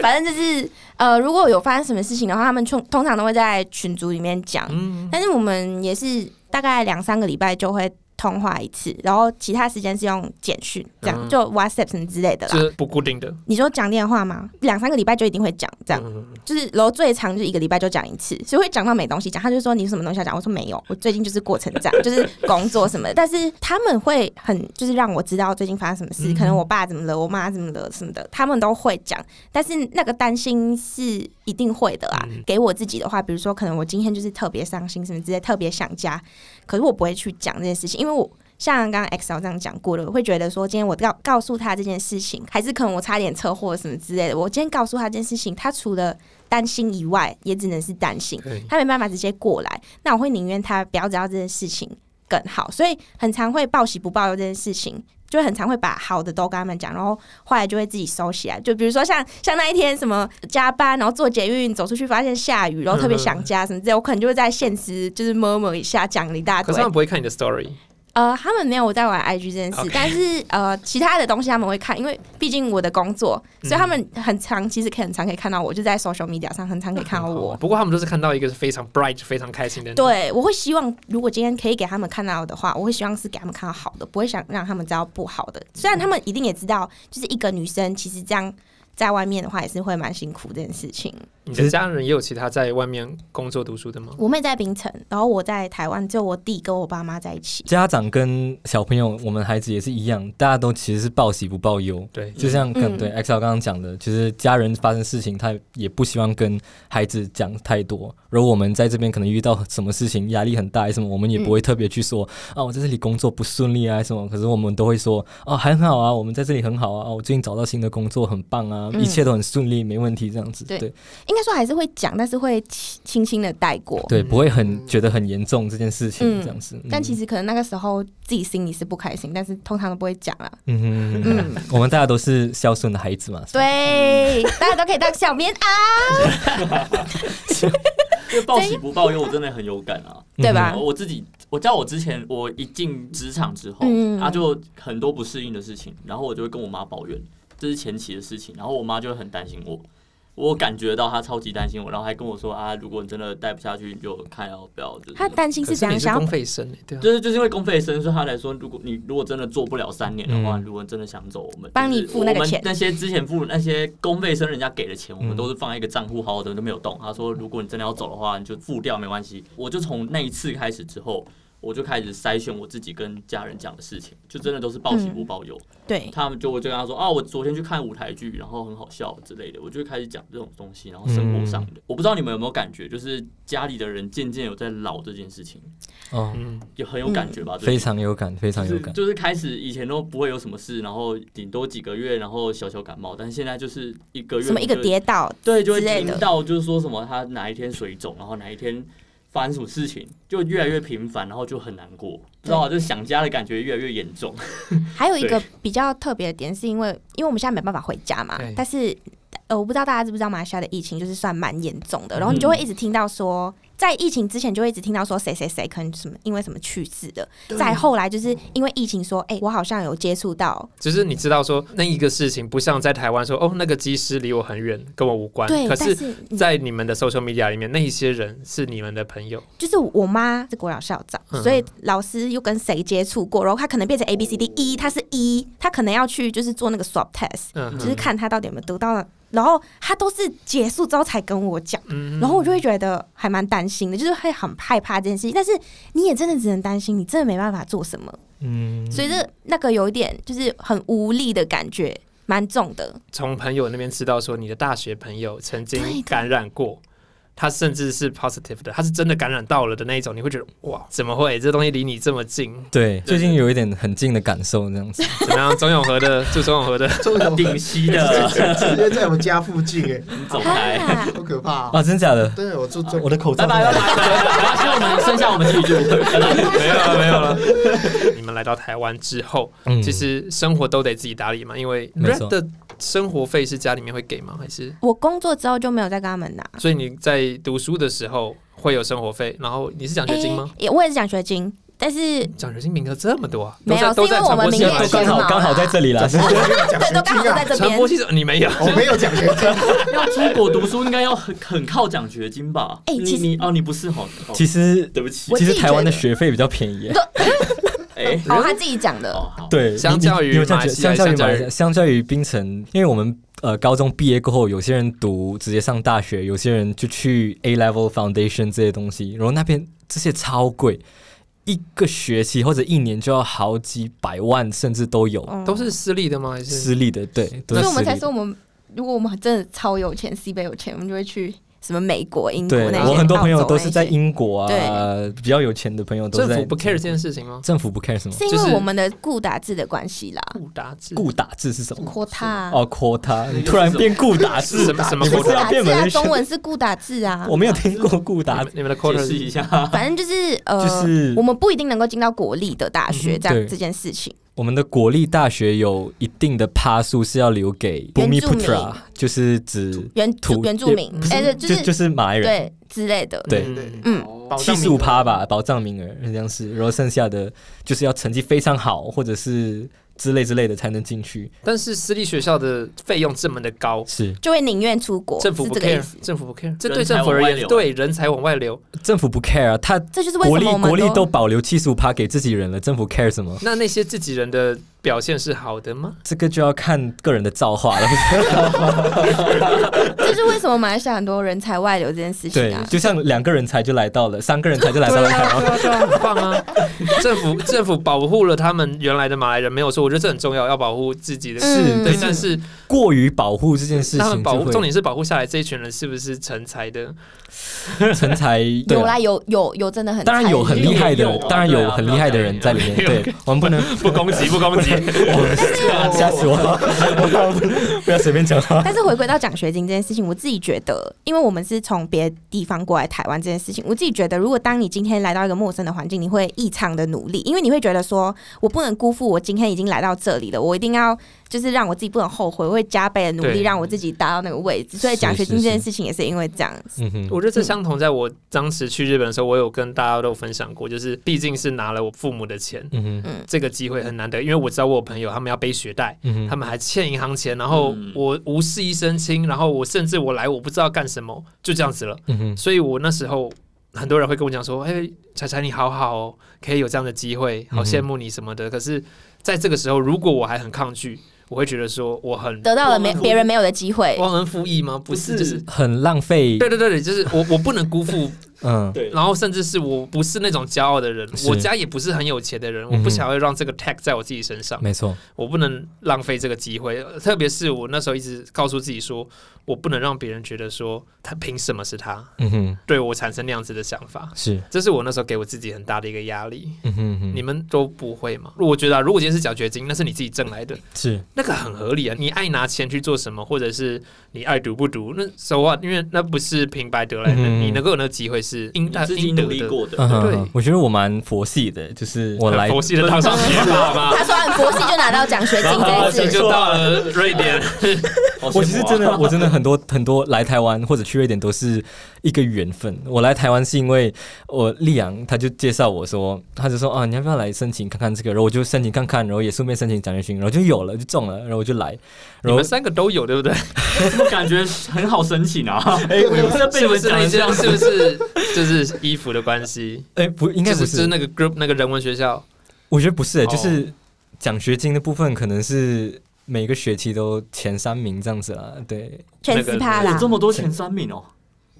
Speaker 4: 反正就是呃，如果有发生什么事情的话，他们通通常都会在群组里面讲，
Speaker 5: 嗯，
Speaker 4: 但是我们也是大概两三个礼拜就会通话一次，然后其他时间是用简讯，这样、
Speaker 5: 嗯
Speaker 4: 就 WhatsApp 什么之类的
Speaker 5: 就
Speaker 4: 啦。
Speaker 5: 是不固定的。
Speaker 4: 你说讲电话吗？两三个礼拜就一定会讲，这样、
Speaker 5: 嗯
Speaker 4: 就是然后最长就一个礼拜就讲一次，所以会讲到没东西讲。他就说你有什么东西要讲，我说没有，我最近就是过程这 样，就是工作什么的。但是他们会很就是让我知道最近发生什么事，
Speaker 5: 嗯
Speaker 4: 可能我爸怎么了，我妈怎么了什么的，他们都会讲。但是那个担心是一定会的啦。
Speaker 5: 嗯
Speaker 4: 给我自己的话，比如说可能我今天就是特别伤心什么之类，特别想家，可是我不会去讲这件事情，因为我。像刚刚 XL 这样讲过的，我会觉得说，今天我告告诉他这件事情，还是可能我差点车祸什么之类的。我今天告诉他这件事情，他除了担心以外，也只能是担心，
Speaker 5: 对
Speaker 4: 他没办法直接过来。那我会宁愿他不要知道这件事情更好，所以很常会报喜不报忧这件事情。就很常会把好的都跟他们讲，然后后来就会自己收起来。就比如说像像那一天什么加班，然后坐捷运走出去发现下雨，然后特
Speaker 5: 嗯
Speaker 4: 别想家什么之类，我可能就会在现实就是 murmur 一下，讲了一大
Speaker 5: 可
Speaker 4: 堆
Speaker 5: 是他。们不会看你的 story，
Speaker 4: 呃，他们没有在玩 IG 这件事
Speaker 5: OK
Speaker 4: 但是呃，其他的东西他们会看，因为毕竟我的工作，所以
Speaker 5: 嗯
Speaker 4: 他们很常其实可以很常可以看到我，就在 social media 上很常可以看到我。
Speaker 5: 哦不过他们都是看到一个是非常 bright、非常开心的。，
Speaker 4: 对，我会希望如果今天可以给他们看到的话，我会希望是给他们看到好的，不会想让他们知道不好的。虽然他们一定也知道，就是一个女生其实这样在外面的话也是会蛮辛苦这件事情。
Speaker 5: 你的家人也有其他在外面工作读书的吗？
Speaker 4: 我妹在槟城，然后我在台湾，只有我弟跟我爸妈在一起。
Speaker 2: 家长跟小朋友，我们孩子也是一样，大家都其实是报喜不报忧。
Speaker 5: 对，
Speaker 2: 就像可能
Speaker 4: 嗯
Speaker 2: 对 XL 刚刚讲的，就是家人发生事情，他也不希望跟孩子讲太多。如果我们在这边可能遇到什么事情，压力很大还是什么，我们也不会特别去说、
Speaker 4: 嗯
Speaker 2: 啊，我在这里工作不顺利啊还是什么。可是我们都会说哦，还很好啊，我们在这里很好啊，哦我最近找到新的工作很棒啊，
Speaker 4: 嗯
Speaker 2: 一切都很顺利，没问题这样子。
Speaker 4: 对
Speaker 2: 对
Speaker 4: 应该说还是会讲，但是会轻轻轻的带过。
Speaker 2: 对，不会很
Speaker 3: 嗯
Speaker 2: 觉得很严重这件事情
Speaker 4: 嗯
Speaker 2: 这样子。
Speaker 4: 但其
Speaker 2: 实，
Speaker 4: 实可能那个时候自己心里是不开心，但是通常都不会讲啦。
Speaker 2: 嗯哼嗯哼
Speaker 4: 嗯，
Speaker 2: 我们大家都是孝顺的孩子嘛。所以
Speaker 4: 对， 大家都可以当小啊棉袄，
Speaker 1: 因为报喜不报忧，我真的很有感啊。
Speaker 4: 对吧？
Speaker 1: 我自己，我知道我之前我一进职场之后，
Speaker 4: 嗯
Speaker 1: 啊，就很多不适应的事情，然后我就会跟我妈抱怨，这是前期的事情，然后我妈就会很担心我，我感觉到她超级担心我，然后还跟我说啊，如果你真的待不下去，你就看要不要。就是
Speaker 4: 他担心
Speaker 5: 可
Speaker 4: 是
Speaker 5: 是
Speaker 4: 怎
Speaker 5: 你
Speaker 4: 样
Speaker 5: 是
Speaker 4: 想
Speaker 5: 公
Speaker 4: 要
Speaker 5: 费生欸，对啊，
Speaker 1: 就是就是因为公费生，所以他来说，如果你如果真的做不了三年的话，
Speaker 2: 嗯
Speaker 1: 如果真的想走，我们
Speaker 4: 帮你
Speaker 1: 就是
Speaker 4: 付那个
Speaker 1: 我们
Speaker 4: 钱
Speaker 1: 那些之前付那些公费生人家给的钱，我
Speaker 2: 嗯
Speaker 1: 们都是放在一个账户，好好的都没有动。他说，如果你真的要走的话，你就付掉没关系。我就从那一次开始之后。我就开始筛选我自己跟家人讲的事情，就真的都是报喜
Speaker 4: 嗯
Speaker 1: 不报忧。
Speaker 4: 对，
Speaker 1: 他们就我就跟他说啊，我昨天去看舞台剧，然后很好笑之类的，我就开始讲这种东西，然后生活上的。
Speaker 2: 嗯
Speaker 1: 我不知道你们有没有感觉，就是家里的人渐渐有在老这件事情，
Speaker 2: 哦，
Speaker 5: 嗯，
Speaker 1: 也很有感觉吧？最近
Speaker 2: 非常有感，非常有感。
Speaker 1: 就是，就是开始以前都不会有什么事，然后顶多几个月，然后小小感冒，但是现在就是一个月
Speaker 4: 什么一个
Speaker 1: 就，
Speaker 4: 跌倒，
Speaker 1: 对，就会
Speaker 4: 之类的
Speaker 1: 听到就是说什么他哪一天水肿，然后哪一天发生什么事情，就越来越频繁，然后就很难过，不知道就想家的感觉越来越严重。
Speaker 4: 还有一个比较特别的点，是因为因为我们现在没办法回家嘛
Speaker 5: 对，
Speaker 4: 但是呃，我不知道大家知不知道马来西亚的疫情就是算蛮严重
Speaker 5: 嗯
Speaker 4: 的，然后你就会一直听到说。在疫情之前就会一直听到说谁谁谁可能什么因为什么去世的，再后来就是因为疫情说，哎、我好像有接触到，
Speaker 5: 就是你知道说那一个事情，不像在台湾说哦，那个技师离我很远，跟我无关。
Speaker 4: 对，
Speaker 5: 可
Speaker 4: 但
Speaker 5: 是，
Speaker 4: 是嗯
Speaker 5: 在你们的 social media 里面，那一些人是你们的朋友，
Speaker 4: 就是我妈是国小校长，
Speaker 5: 嗯
Speaker 4: 所以老师又跟谁接触过，然后她可能变成 A B C D E，她是 E，她可能要去就是做那个 swab test，
Speaker 5: 嗯，
Speaker 4: 就是看她到底有没有得到，然后她都是结束之后才跟我讲。
Speaker 5: 嗯，
Speaker 4: 然后我就会觉得还蛮担心的，就是会很害怕这件事情。但是你也真的只能担心，你真的没办法做什么，
Speaker 2: 嗯，
Speaker 4: 所以这那个有一点就是很无力的感觉，蛮重的。
Speaker 5: 从朋友那边知道说你的大学朋友曾
Speaker 4: 对
Speaker 5: 经
Speaker 4: 的
Speaker 5: 感染过，他甚至是 positive 的，他是真的感染到了的那一种，你会觉得哇，怎么会这东西离你这么近？
Speaker 2: 对，最近
Speaker 1: 对
Speaker 2: 有一点很近的感受，这样子。
Speaker 5: 怎么样？钟永和的，祝钟永和的，
Speaker 3: 这种
Speaker 1: 顶西 的，
Speaker 3: 直接在我们家附近哎，
Speaker 1: 你走开。
Speaker 4: 啊
Speaker 3: 好可怕啊！
Speaker 2: 啊，真假的？
Speaker 3: 对，我住中，
Speaker 2: 我的口罩
Speaker 1: 拜
Speaker 2: 在哪
Speaker 1: 拜
Speaker 2: 里。
Speaker 1: 拜拜拜拜，然后我们剩下我们自己住。
Speaker 5: 没有了，没有了。你们来到台湾之后，
Speaker 2: 嗯
Speaker 5: 其实生活都得自己打理嘛，因为
Speaker 2: 没错
Speaker 5: Red 的生活费是家里面会给吗？还是
Speaker 4: 我工作之后就没有再跟他们拿。
Speaker 5: 所以你在读书的时候会有生活费？然后你是奖学金吗？
Speaker 4: 诶也我也是奖学金，但是
Speaker 5: 奖学金名额这么多啊，
Speaker 4: 没有
Speaker 5: 都在
Speaker 4: 是因为我们
Speaker 5: 都在传播系
Speaker 4: 明
Speaker 5: 统
Speaker 4: 年
Speaker 5: 来
Speaker 2: 都刚
Speaker 5: 讲
Speaker 6: 天
Speaker 2: 好
Speaker 6: 哪
Speaker 2: 刚好在这里 啦。
Speaker 3: 我没有奖
Speaker 4: 对，
Speaker 3: 学
Speaker 4: 都刚好
Speaker 3: 金
Speaker 4: 都
Speaker 3: 啊
Speaker 4: 在，这
Speaker 5: 传
Speaker 4: 边
Speaker 5: 播。系统你没有，
Speaker 3: 我没有奖学金，
Speaker 1: 要出国读书应该要很很靠奖学金吧？
Speaker 4: 哎
Speaker 1: 你
Speaker 4: 其实
Speaker 1: 你哦，你不是好，哦
Speaker 2: 其实
Speaker 1: 对不起
Speaker 4: 我，
Speaker 2: 其
Speaker 4: 自己
Speaker 2: 实台湾的
Speaker 4: 觉得
Speaker 2: 学费比较便宜。
Speaker 1: 哎，
Speaker 6: 哦，他自己讲的，
Speaker 1: 哦好，
Speaker 2: 对，
Speaker 5: 相
Speaker 2: 你
Speaker 5: 较于
Speaker 2: 你有这样
Speaker 5: 马来
Speaker 2: 觉得
Speaker 5: 西亚
Speaker 2: 相较于
Speaker 5: 相较
Speaker 2: 马来
Speaker 5: 于
Speaker 2: 西亚，相较于槟城，因为我们呃高中毕业过后，有些人读直接上大学，有些人就去 A level foundation 这些东西，然后那边这些超贵，一个学期或者一年就要好几百万，甚至都有。
Speaker 4: 嗯
Speaker 5: 都是私立的吗？还是
Speaker 2: 私立的对，都
Speaker 4: 所
Speaker 2: 是
Speaker 4: 以我们
Speaker 2: 私
Speaker 4: 才
Speaker 2: 立
Speaker 4: 说，我们如果我们真的超有钱，C 杯有钱，我们就会去什么美国、英国
Speaker 2: 对
Speaker 4: 那些。
Speaker 2: 我很多朋友都是在
Speaker 4: 澳洲那些
Speaker 2: 英国啊，比较有钱的朋友都
Speaker 5: 政
Speaker 2: 是在
Speaker 5: 府不 care 这件事情
Speaker 4: 嗯
Speaker 5: 吗？
Speaker 2: 政府不 care 什么
Speaker 4: 是因
Speaker 5: 就是
Speaker 4: 为我们的固打字的关系啦。
Speaker 5: 顾达志
Speaker 2: 固打字是什么？
Speaker 4: quota
Speaker 2: 哦，quota，你
Speaker 1: 又是
Speaker 2: 突然
Speaker 1: 什么
Speaker 2: 变固打
Speaker 5: 是什
Speaker 2: 字，
Speaker 5: 么什么
Speaker 2: 你不
Speaker 5: 国
Speaker 2: 是
Speaker 5: 家？
Speaker 2: 要变
Speaker 4: 字啊，
Speaker 2: 文
Speaker 4: 中
Speaker 2: 学？
Speaker 4: 文是固打字 啊。
Speaker 2: 我没有听过固
Speaker 5: 你
Speaker 2: 打
Speaker 5: 们你们的 quarter
Speaker 1: 解
Speaker 5: 是
Speaker 1: 释一下，
Speaker 4: 反正就是呃，
Speaker 2: 就是
Speaker 4: 我们不一定能够进到国立的大
Speaker 5: 嗯
Speaker 4: 学，
Speaker 5: 哼
Speaker 4: 这样
Speaker 2: 对
Speaker 4: 这件事情。
Speaker 2: 我们的国立大学有一定的趴数是要留给
Speaker 4: 原
Speaker 2: Bumi
Speaker 4: 住民
Speaker 2: Putra，就是指
Speaker 4: 原
Speaker 2: 土
Speaker 4: 原住民
Speaker 2: 不，是
Speaker 4: 哎，对，
Speaker 2: 就是就是马来人，
Speaker 4: 对之类的。
Speaker 2: 对
Speaker 5: 嗯
Speaker 3: 对
Speaker 4: 嗯，
Speaker 3: 保障
Speaker 2: 七
Speaker 3: 名
Speaker 2: 十五趴
Speaker 3: 额
Speaker 2: 吧，保障名额好像是，然后剩下的就是要成绩非常好或者是之类之类的才能进去。
Speaker 5: 但是私立学校的费用这么的高，
Speaker 2: 是
Speaker 4: 就会宁愿出国，
Speaker 5: 政府
Speaker 4: 是
Speaker 5: 不
Speaker 4: 这个意
Speaker 5: care，
Speaker 4: 思。
Speaker 5: 政府不 care，这
Speaker 1: 人
Speaker 5: 对
Speaker 1: 才
Speaker 5: 政府而
Speaker 1: 往外
Speaker 5: 言，
Speaker 1: 流
Speaker 5: 对人才往外流。
Speaker 2: 政府不 care 啊，他
Speaker 4: 这就是为
Speaker 2: 国
Speaker 4: 什
Speaker 2: 立
Speaker 4: 么我们
Speaker 2: 国立都保留七十五趴给自己人了，政府 care 什么？
Speaker 5: 那那些自己人的表现是好的吗？
Speaker 2: 这个就要看个人的造化 了。
Speaker 4: 这就是为什么马来西亚很多人才外流这件事情
Speaker 2: 对
Speaker 4: 啊，。
Speaker 2: 就像两个人才就来到了，三个人才就来到了台湾。
Speaker 5: 啊， 对啊，很棒啊！ 政府政府保护了他们原来的马来人，没有错，我觉得这很重要，要保护自己的。
Speaker 4: 嗯
Speaker 5: 对，但是
Speaker 2: 过于保护这件事
Speaker 5: 他们
Speaker 2: 情，
Speaker 5: 保
Speaker 2: 就
Speaker 5: 护
Speaker 2: 会
Speaker 5: 重点是保护下来这一群人是不是成才的？
Speaker 2: 成才对
Speaker 4: 有
Speaker 2: 啊
Speaker 4: 啦，有有有真的很
Speaker 2: 当然有很厉害
Speaker 1: 也
Speaker 2: 的
Speaker 1: 有，啊
Speaker 2: 当然
Speaker 1: 对
Speaker 2: 有
Speaker 1: 啊
Speaker 2: 很厉害的人在里面。
Speaker 5: 不要讲
Speaker 2: 对，我们不 能
Speaker 5: 不攻击，不攻击。
Speaker 3: 啊
Speaker 2: 吓死我了，不要不要随便讲话。
Speaker 4: 但是回归到奖学金这件事情，我自己觉得，因为我们是从别的地方过来台湾这件事情，我自己觉得，如果当你今天来到一个陌生的环境，你会异常的努力，因为你会觉得说，我不能辜负我今天已经来到这里了，我一定要就是让我自己不能后悔，我会加倍的努
Speaker 5: 对
Speaker 4: 力让我自己达到那个位置。所以
Speaker 2: 是
Speaker 4: 奖学金
Speaker 2: 是
Speaker 4: 这件
Speaker 2: 是
Speaker 4: 事情也是因为这样子。
Speaker 2: 嗯哼，
Speaker 5: 我觉得这相同，在我当时去日本的时候，我有跟大家都分享过，就是毕竟是拿了我父母的钱，
Speaker 2: 嗯哼，
Speaker 5: 这个机会很难得，因为我知道我有朋友他们要背学贷，
Speaker 2: 嗯
Speaker 5: 他们还欠银行钱，然后
Speaker 1: 嗯
Speaker 5: 我无事一身轻，然后我甚至我来我不知道干什么，就这样子了。
Speaker 2: 嗯哼，
Speaker 5: 所以我那时候很多人会跟我讲说：“哎、柴柴你好好哦，可以有这样的机会，
Speaker 2: 嗯
Speaker 5: 好羡慕你什么的。可是在这个时候，如果我还很抗拒，我会觉得说我很
Speaker 4: 得到了没别人没有的机会，
Speaker 5: 忘恩负义吗？不是，就是。
Speaker 2: 很浪费
Speaker 5: 对。对对对，就是我我不能辜负，
Speaker 2: 嗯，
Speaker 1: 对，
Speaker 5: 然后甚至是我不是那种骄傲的人，
Speaker 2: 是
Speaker 5: 我家也不是很有钱的人，我
Speaker 2: 嗯哼
Speaker 5: 不想要让这个 tag 在我自己身上。
Speaker 2: 没错，
Speaker 5: 我不能浪费这个机会，呃特别是我那时候一直告诉自己说，我不能让别人觉得说他凭什么是他，
Speaker 2: 嗯哼，
Speaker 5: 对我产生那样子的想法，
Speaker 2: 是，
Speaker 5: 这是我那时候给我自己很大的一个压力。
Speaker 2: 嗯哼嗯
Speaker 5: 你
Speaker 2: 哼，
Speaker 5: 们都不会吗？我觉得、啊，如果今天是奖学金，那是你自己挣来的，
Speaker 2: 是
Speaker 5: 那个很合理啊。你爱拿钱去做什么，或者是你爱读不读，那 so what？因为那不是平白得来的，
Speaker 2: 嗯
Speaker 5: 你能够有那个机会是应
Speaker 1: 你
Speaker 5: 该
Speaker 1: 自己
Speaker 5: 应得
Speaker 1: 努力
Speaker 5: 的。
Speaker 1: 过的，
Speaker 2: 嗯哼，
Speaker 5: 对
Speaker 2: 嗯哼我觉得我蛮佛系的，就是我来
Speaker 5: 很佛系的当上学 霸嘛，
Speaker 4: 他说很佛系就拿到奖学金
Speaker 5: 然
Speaker 4: 这
Speaker 5: 后
Speaker 4: 一
Speaker 5: 你
Speaker 4: 次，
Speaker 5: 就到了瑞典，
Speaker 1: 好羡慕啊
Speaker 2: 我其实真 的，我真的很多很多来台湾或者去瑞典都是一个缘分。我来台湾是因为我丽阳，他就介绍我说，他就说啊，你要不要来申请看看这个？然后我就申请看看，然后也顺便申请奖学金，然后就有了，就中了，然后我就来。
Speaker 5: 你
Speaker 2: 然后
Speaker 5: 们三个都有，对不对？
Speaker 1: 怎么感觉很好申请 啊？
Speaker 2: 哎，我
Speaker 1: 这被
Speaker 5: 是
Speaker 1: 你
Speaker 5: 不
Speaker 1: 们
Speaker 5: 是
Speaker 1: 讲
Speaker 5: 那
Speaker 1: 成这
Speaker 5: 些
Speaker 1: 样，
Speaker 5: 是不是就是衣服的关系？
Speaker 2: 哎不，应该不
Speaker 5: 就是就是
Speaker 2: 是，
Speaker 5: 那个 group 那个人文学校，
Speaker 2: 我觉得不是，
Speaker 5: 哦
Speaker 2: 就是奖学金的部分可能是每个学期都前三名这样子啦。对，
Speaker 4: 全十趴啦
Speaker 1: 有。这么多前三名哦。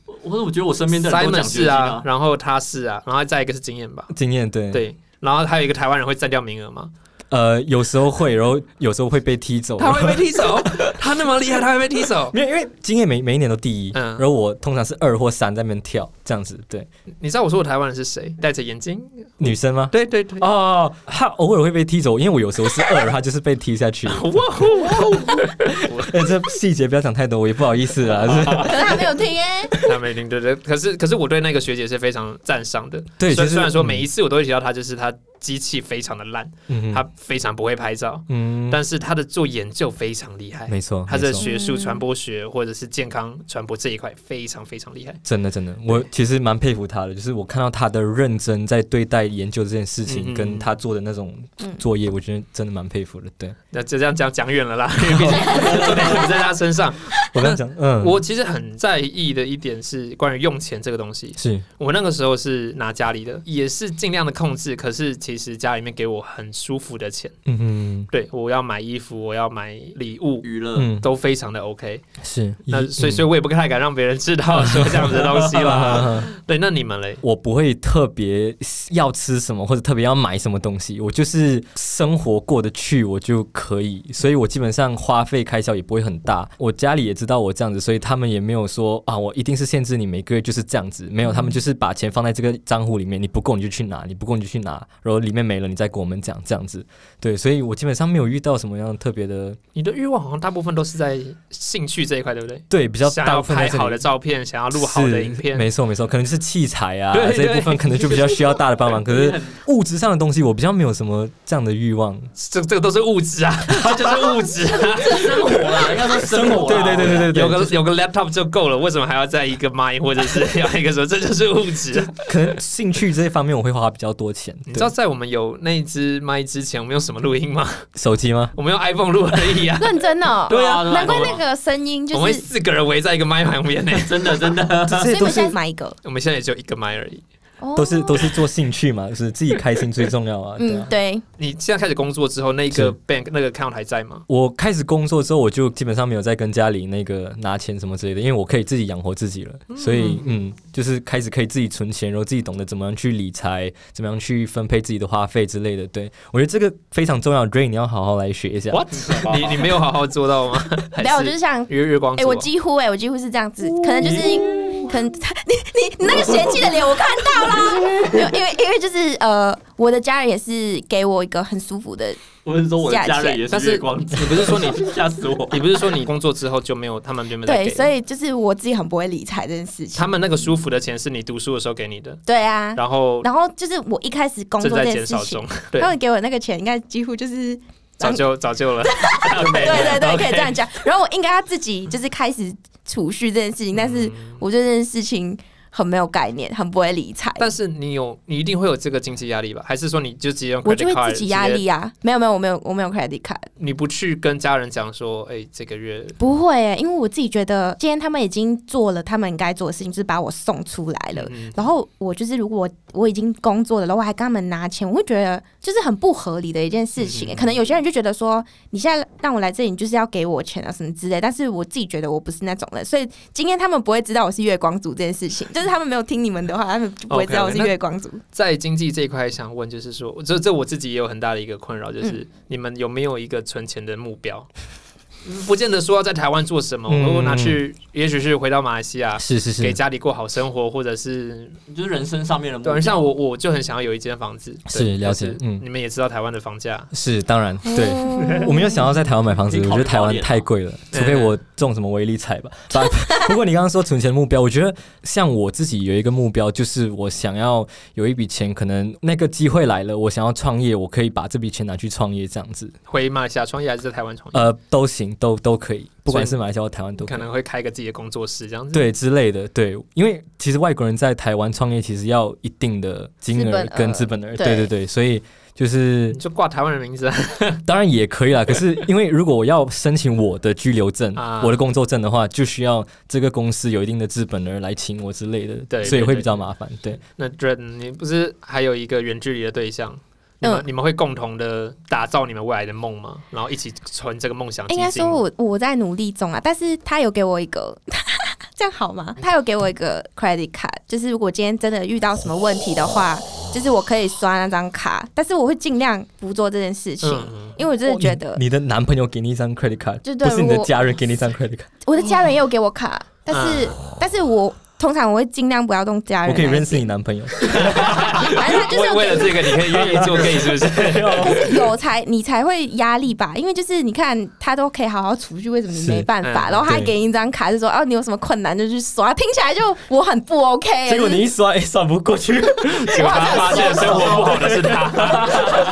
Speaker 1: 我我我觉得我身边的人都
Speaker 5: Simon
Speaker 1: 奖学
Speaker 5: 是
Speaker 1: 金
Speaker 5: 啊
Speaker 1: 啊，，
Speaker 5: 然后他是啊，然后再一个是经验吧，
Speaker 2: 经验对，
Speaker 5: 对。然后还有一个台湾人会占掉名额吗？
Speaker 2: 呃，有时候会，然后有时候会被踢走。
Speaker 5: 台湾被踢走， 他那么厉害，他会被踢走。
Speaker 2: 没有，因为经验每每一年都第一，
Speaker 5: 嗯
Speaker 2: 然后我通常是二或三在那边跳这样子。对，
Speaker 5: 你知道我说我台湾人是谁？戴着眼镜，
Speaker 2: 女生吗？
Speaker 5: 对对对，
Speaker 2: 哦，她偶尔会被踢走，因为我有时候是二，她就是被踢下去。
Speaker 5: 哇哦哇哦，
Speaker 2: 哎，这细节不要讲太多，我也不好意思啊。是
Speaker 6: 可是他没有听哎，
Speaker 5: 他没听对对，可是可是我对那个学姐是非常赞赏的。
Speaker 2: 对
Speaker 5: 虽
Speaker 2: 其实
Speaker 5: 虽然说
Speaker 2: 嗯
Speaker 5: 每一次我都会提到她，就是她机器非常的烂，
Speaker 2: 嗯
Speaker 5: 她非常不会拍照，
Speaker 2: 嗯，
Speaker 5: 但是她的做研究非常厉害。
Speaker 2: 没错，
Speaker 5: 她
Speaker 2: 没
Speaker 5: 的
Speaker 2: 错
Speaker 5: 学术传播学或者是健康传播这一块非常非常厉害。
Speaker 2: 真的真的，我其实蛮佩服他的，就是我看到他的认真在对待研究这件事
Speaker 5: 嗯嗯
Speaker 2: 情，
Speaker 5: 嗯
Speaker 2: 跟他做的那种
Speaker 4: 嗯
Speaker 2: 作业，我觉得真的蛮佩服的。对
Speaker 5: 那就这样讲讲远了啦，因为毕竟重点 不在她身上。
Speaker 2: 我刚讲，嗯，
Speaker 5: 我其实很在意的一点是关于用钱这个东西。
Speaker 2: 是
Speaker 5: 我那个时候是拿家里的，也是尽量的控制，可是其实家里面给我很舒服的钱，
Speaker 2: 嗯
Speaker 5: 对我要买衣服，我要买礼物。
Speaker 1: 娱乐、
Speaker 2: 嗯嗯
Speaker 5: 都非常的 OK，
Speaker 2: 是，
Speaker 5: 呃那
Speaker 2: 一
Speaker 5: 所
Speaker 2: 嗯
Speaker 5: 以所以我也不太敢让别人知 道说这样子的东西啦。
Speaker 2: 啊
Speaker 5: 对，那你们嘞？
Speaker 2: 我不会特别要吃什么或者特别要买什么东西，我就是生活过得去我就可以，所以我基本上花费开销也不会很大。我家里也知道我这样子，所以他们也没有说啊，我一定是限制你每个月就是这样子，没有，他们就是把钱放在这个账户里面，你不够你就去拿，你不够你就去拿，然后里面没了你再跟我们讲这样子。对，所以我基本上没有遇到什么样特别的，
Speaker 5: 你的欲望好像大部分都是在兴趣这一块，对不对？
Speaker 2: 对，比较
Speaker 5: 想
Speaker 2: 大
Speaker 5: 要
Speaker 2: 部分在
Speaker 5: 拍
Speaker 2: 这里
Speaker 5: 好的照片，想要录好的影片
Speaker 2: 是，没错没错，可能是器材啊
Speaker 5: 对对
Speaker 2: 这一部分可能就比较需要大的帮忙，可 是物质上的东西我比较没有什么这样的欲望。
Speaker 5: 这这个都是物质啊， 这就是物质、啊。
Speaker 1: 生活啦，应该说生活啦。
Speaker 2: 对对对 对对对，
Speaker 5: 有个有个 laptop 就够了，为什么还要在一个麦或者是要一个什么？这就是物质 啊、
Speaker 2: 可能兴趣这一方面我会花比较多钱。
Speaker 5: 你
Speaker 2: 对
Speaker 5: 知道在我们有那一只麦之前，我们用什么录音吗？
Speaker 2: 手机吗？
Speaker 5: 我们用 iPhone 录而已啊。
Speaker 4: 认真哦，
Speaker 1: 对啊
Speaker 4: 难怪那个声音
Speaker 5: 我
Speaker 4: 就
Speaker 5: 们
Speaker 4: 是，
Speaker 5: 四个人围在一个麦旁边呢、
Speaker 1: 真的真的，
Speaker 4: 啊所
Speaker 2: 这些
Speaker 4: 以我
Speaker 2: 都
Speaker 4: 们现在
Speaker 2: 是
Speaker 4: 买一个，
Speaker 5: 我们现在也只有一个麦而已。
Speaker 4: 哦
Speaker 2: 都是都是做兴趣嘛，就是自己开心最重 要啊。对
Speaker 4: 嗯
Speaker 2: 啊，
Speaker 4: 对，
Speaker 5: 你现在开始工作之后，那个
Speaker 2: 是
Speaker 5: bank 那个 account 还在吗？
Speaker 2: 我开始工作之后，我就基本上没有再跟家里那个拿钱什么之类的，因为我可以自己养活自己了，所以嗯，就是开始可以自己存钱，然后自己懂得怎么样去理财，怎么样去分配自己的花费之类的。对我觉得这个非常重要 r a y 你要好好来学一下。
Speaker 5: What？你你没有好好做到 吗？还
Speaker 4: 没啊有，我就是想，
Speaker 5: 月月光
Speaker 4: 哎、
Speaker 5: 族
Speaker 4: 我几乎哎、我几乎是这样子，可能就是可能你你你那个嫌弃的脸我看到啦， 因为因为因为就是呃，我的家人也是给我一个很舒服的，
Speaker 1: 我是说我的家人也
Speaker 5: 但
Speaker 1: 是
Speaker 5: 是
Speaker 1: 月光族，
Speaker 5: 你不是说你！
Speaker 1: 吓死我
Speaker 5: 你不是说你工作之后就没有他们原本在
Speaker 4: 对，
Speaker 5: 给
Speaker 4: 所
Speaker 5: 的？
Speaker 4: 以就是我自己很不会理财这件事情
Speaker 5: 他，们那个舒服的钱是你读书的时候给你的，
Speaker 4: 对啊，
Speaker 5: 然后
Speaker 4: 然后就是我一开始工
Speaker 5: 正
Speaker 4: 作这
Speaker 5: 在
Speaker 4: 件
Speaker 5: 减
Speaker 4: 事
Speaker 5: 少
Speaker 4: 情
Speaker 5: 中，，对
Speaker 4: 他，们给我那个钱应该几乎就是。
Speaker 5: 早就早就了， 对
Speaker 4: 对对对，可以这样讲。然后我应该要自己就是开始储蓄这件事情，但
Speaker 5: 嗯
Speaker 4: 是我对这件事情很没有概念，很不会理财。
Speaker 5: 但是你有，你一定会有这个经济压力吧？还是说你就直接用
Speaker 4: 我就
Speaker 5: credit
Speaker 4: 会
Speaker 5: card？
Speaker 4: 自己压
Speaker 5: 直
Speaker 4: 力
Speaker 5: 接？
Speaker 4: 啊，没有没有，我没有我没有 credit card，
Speaker 5: 你不去跟家人讲说，哎、这个月
Speaker 4: 不会、欸，因为我自己觉得今天他们已经做了他们该做的事情，就是把我送出来了。
Speaker 5: 嗯
Speaker 4: 然后我就是，如果我我已经工作了，然后我还跟他们拿钱，我会觉得就是很不合理的一件事情欸、
Speaker 5: 嗯
Speaker 4: 可能有些人就觉得说，你现在让我来这里，你就是要给我钱啊什么之类。但是我自己觉得我不是那种人，所以今天他们不会知道我是月光族这件事情，就是他们没有听你们的话，他们就不会
Speaker 5: OK，
Speaker 4: 知道我是
Speaker 5: OK，那
Speaker 4: 月光族。
Speaker 5: 在经济这一块，想问就是说，这这我自己也有很大的一个困扰，就是、
Speaker 4: 嗯
Speaker 5: 你们有没有一个存钱的目标？ 不见得说要在台湾做什么，
Speaker 2: 嗯
Speaker 5: 我我拿去，也许是回到马来西亚，
Speaker 2: 是是
Speaker 5: 给
Speaker 2: 是
Speaker 5: 家里过好生活，或者是
Speaker 1: 你就是人生上面的目标。
Speaker 5: 对，啊像我我就很想要有一间房子，对
Speaker 2: 是了解
Speaker 5: 但
Speaker 2: 嗯
Speaker 5: 你们也知道台湾的房价，
Speaker 2: 是，当然 对。
Speaker 4: 嗯
Speaker 2: 我没有想要在台湾买房子，
Speaker 1: 你
Speaker 2: 我
Speaker 1: 考
Speaker 2: 觉
Speaker 1: 虑
Speaker 2: 得台湾
Speaker 1: 到
Speaker 2: 太贵了，除非我中什么威力彩吧。不 不过你刚刚说存钱的目标，我觉得像我自己有一个目标，就是我想要有一笔钱，可能那个机会来了，我想要创业，我可以把这笔钱拿去创业，这样子，
Speaker 5: 回马来西亚创业还是在台湾创业，
Speaker 2: 呃，都行，都都可以，不管是马来西亚或台湾都可
Speaker 5: 可
Speaker 2: 以。
Speaker 5: 能会开个自己的工作室这样子。
Speaker 2: 对之类的，对，因为其实外国人在台湾创业，其实要一定的金
Speaker 6: 资
Speaker 2: 额
Speaker 6: 本额
Speaker 2: 跟资本额，
Speaker 6: 对
Speaker 2: 对对对，所以就是
Speaker 5: 你就挂台湾人名字啊，
Speaker 2: 当然也可以 啦，可是因为如果我要申请我的居留证、
Speaker 5: 啊
Speaker 2: 我的工作证的话，就需要这个公司有一定的资本额来请我之类的，
Speaker 5: 对
Speaker 2: 所以
Speaker 5: 对
Speaker 2: 会
Speaker 5: 对
Speaker 2: 比较麻烦。对，
Speaker 5: 那 Dred，你不是还有一个远距离的对象？你们、
Speaker 4: 嗯
Speaker 5: 你们会共同的打造你们未来的梦吗？然后一起存这个梦想基
Speaker 4: 应
Speaker 5: 金？
Speaker 4: 该说我我在努力中啊，但是他有给我一个。
Speaker 5: 嗯
Speaker 4: 这样好吗？他有给我一个 credit card，就是如果今天真的遇到什么问题的话，就是我可以刷那张卡，但是我会尽量不做这件事情，
Speaker 5: 嗯，
Speaker 4: 因为我真的觉得
Speaker 2: 哦你的男朋友给你一张 credit card，
Speaker 4: 就对
Speaker 2: 不是你的
Speaker 4: 我
Speaker 2: 家人给你一张 credit card，
Speaker 4: 我的家人也有给我卡，但是、
Speaker 5: 嗯
Speaker 4: 但是我通常我会尽量不要动家人，啊
Speaker 2: 我可以认识你，男朋 友。
Speaker 4: 反正他 就是
Speaker 5: 为
Speaker 4: 有
Speaker 5: 为了
Speaker 4: 给
Speaker 5: 这个，你可以愿意做 gay 是不是？
Speaker 4: 可是有才你才会压力吧，因为就是你看他都可以好好储蓄，为什么你
Speaker 2: 是
Speaker 4: 没办法？
Speaker 5: 嗯
Speaker 4: 然后他还
Speaker 2: 对
Speaker 4: 给你一张卡，就说哦你有什么困难就去刷，听起来就我很不 OK。
Speaker 2: 结果你一刷，哎、刷不过 去。
Speaker 5: 结果他发现生活不好的是他，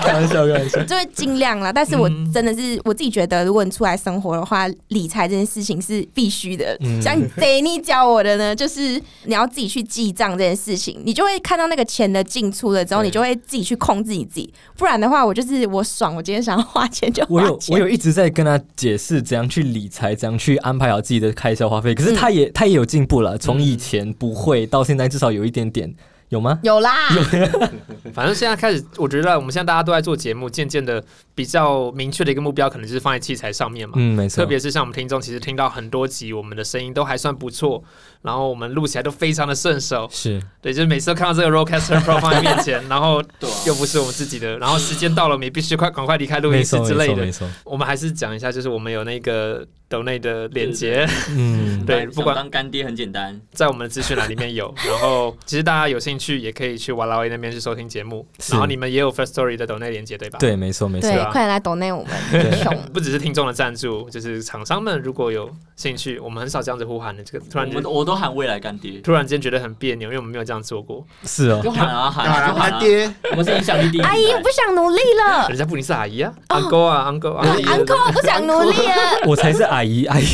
Speaker 2: 开玩笑，开玩 笑。
Speaker 4: 就会尽量啦，但是我
Speaker 2: 嗯
Speaker 4: 真的是我自己觉得，如果你出来生活的话，理财这件事情是必须的。
Speaker 2: 嗯
Speaker 4: 像 Danny 教我的呢，就是你要自己去记账这件事情，你就会看到那个钱的进出了之后，
Speaker 5: 对
Speaker 4: 你就会自己去控制你自己。不然的话，我就是我爽，我今天想要花钱就
Speaker 2: 我
Speaker 4: 花
Speaker 2: 有
Speaker 4: 钱。
Speaker 2: 我有一直在跟他解释怎样去理财，怎样去安排好自己的开销花费。
Speaker 5: 嗯
Speaker 2: 可是他也、他也有进步了，从以前不会到现在至少有一点点，有吗？
Speaker 6: 有啦，
Speaker 5: 反正现在开始，我觉得我们现在大家都在做节目，渐渐的比较明确的一个目标，可能就是放在器材上面嘛。
Speaker 2: 嗯，没错。
Speaker 5: 特别是像我们听众，其实听到很多集，我们的声音都还算不错，然后我们录起来都非常的顺手。
Speaker 2: 是
Speaker 5: 对，就是每次都看到这个 roadcaster pro 放在面 前，然后
Speaker 1: 对啊
Speaker 5: 又不是我们自己的，然后时间到了，我们也必须快赶快离开录
Speaker 2: 没
Speaker 5: 音室
Speaker 2: 错
Speaker 5: 之类的
Speaker 2: 没。错。没错
Speaker 5: 我们还是讲一下，就是我们有那个 donate 的链接，
Speaker 2: 嗯，
Speaker 5: 对
Speaker 1: 当
Speaker 5: 不管
Speaker 1: 想当干爹很简单，
Speaker 5: 在我们的资讯栏里面 有。然后，其实大家有兴趣也可以去 w a l a w a 那边去收听节目。
Speaker 2: 是
Speaker 5: 然后你们也有 First Story 的 donate 链接，对吧？。
Speaker 2: 对，没错，没错
Speaker 4: 对。
Speaker 5: 啊，
Speaker 4: 快点来抖内我们
Speaker 2: 对
Speaker 4: 穷。
Speaker 5: 不只是听众的赞助，就是厂商们如果有兴趣，我们很少这样子呼喊的。这个突
Speaker 1: 我
Speaker 5: 然间
Speaker 1: 们我都喊未来干爹，
Speaker 5: 突然间觉得很别扭，因为我们没有这样做过。
Speaker 2: 是哦。
Speaker 1: 就喊啊喊啊，
Speaker 3: 啊，
Speaker 1: 就喊
Speaker 3: 干
Speaker 1: 啊，
Speaker 3: 爹，
Speaker 1: 我们是影响力第一。
Speaker 4: 阿姨，我不想努力 了，
Speaker 5: 人家不仅是阿姨啊，阿哥啊，阿哥啊，
Speaker 4: 昂扣，我不想努力 了。
Speaker 2: 我才是阿姨，阿姨。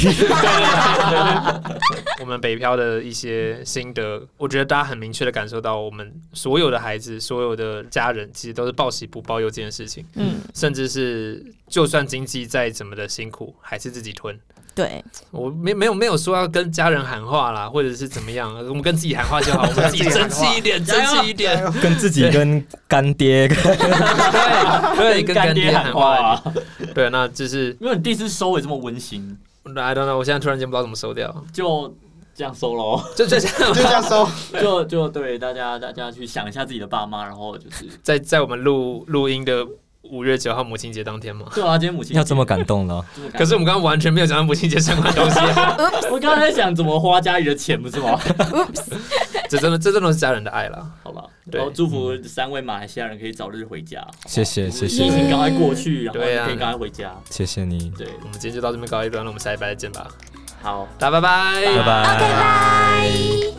Speaker 5: 我们北漂的一些心得，我觉得大家很明确的感受到，我们所有的孩子、所有的家人，其实都是报喜不报忧这件事情，
Speaker 4: 嗯，
Speaker 5: 甚至是就算经济再怎么的辛苦，还是自己吞。
Speaker 4: 对，
Speaker 5: 我没没有没有说要跟家人喊话啦，或者是怎么样，我们跟自己喊话就好，我 们自己争气一点，争气一点，
Speaker 2: 跟自己、跟干爹、跟
Speaker 5: 对对，跟干爹喊话一
Speaker 1: 啊
Speaker 5: 点，！对，那就是
Speaker 1: 因为你第一次收尾这么温馨，
Speaker 5: I don't know，我现在突然间不知道怎么收掉，
Speaker 1: 就这样收喽。
Speaker 5: 就就这样
Speaker 3: 就这样收。
Speaker 1: 就就对大家大家去想一下自己的爸妈，然后就是
Speaker 5: 在在我们录录音的五月九号母亲节当天嘛。
Speaker 1: 对啊，今天母亲
Speaker 2: 要这么
Speaker 1: 感，
Speaker 2: 感动了。
Speaker 1: 这么感
Speaker 5: 可是我们刚刚完全没有讲到母亲节相关 的东西，
Speaker 1: 我刚才在想怎么花家里的钱，不是吗？
Speaker 5: 这真的这真的是家人的爱啦。
Speaker 1: 好吧，
Speaker 5: 对
Speaker 1: 然后祝福三位马来西亚人可以早日回家，
Speaker 2: 谢谢，谢
Speaker 1: 疫
Speaker 2: 谢，
Speaker 1: 情赶快过去，然后
Speaker 5: 对啊
Speaker 1: 可以赶快回家。
Speaker 2: 谢谢你，
Speaker 1: 对，
Speaker 5: 我们今天就到这边告一段落，我们下礼拜再见吧，
Speaker 1: 好。
Speaker 5: 大家拜
Speaker 2: 拜
Speaker 5: 拜
Speaker 2: 拜。
Speaker 4: 拜。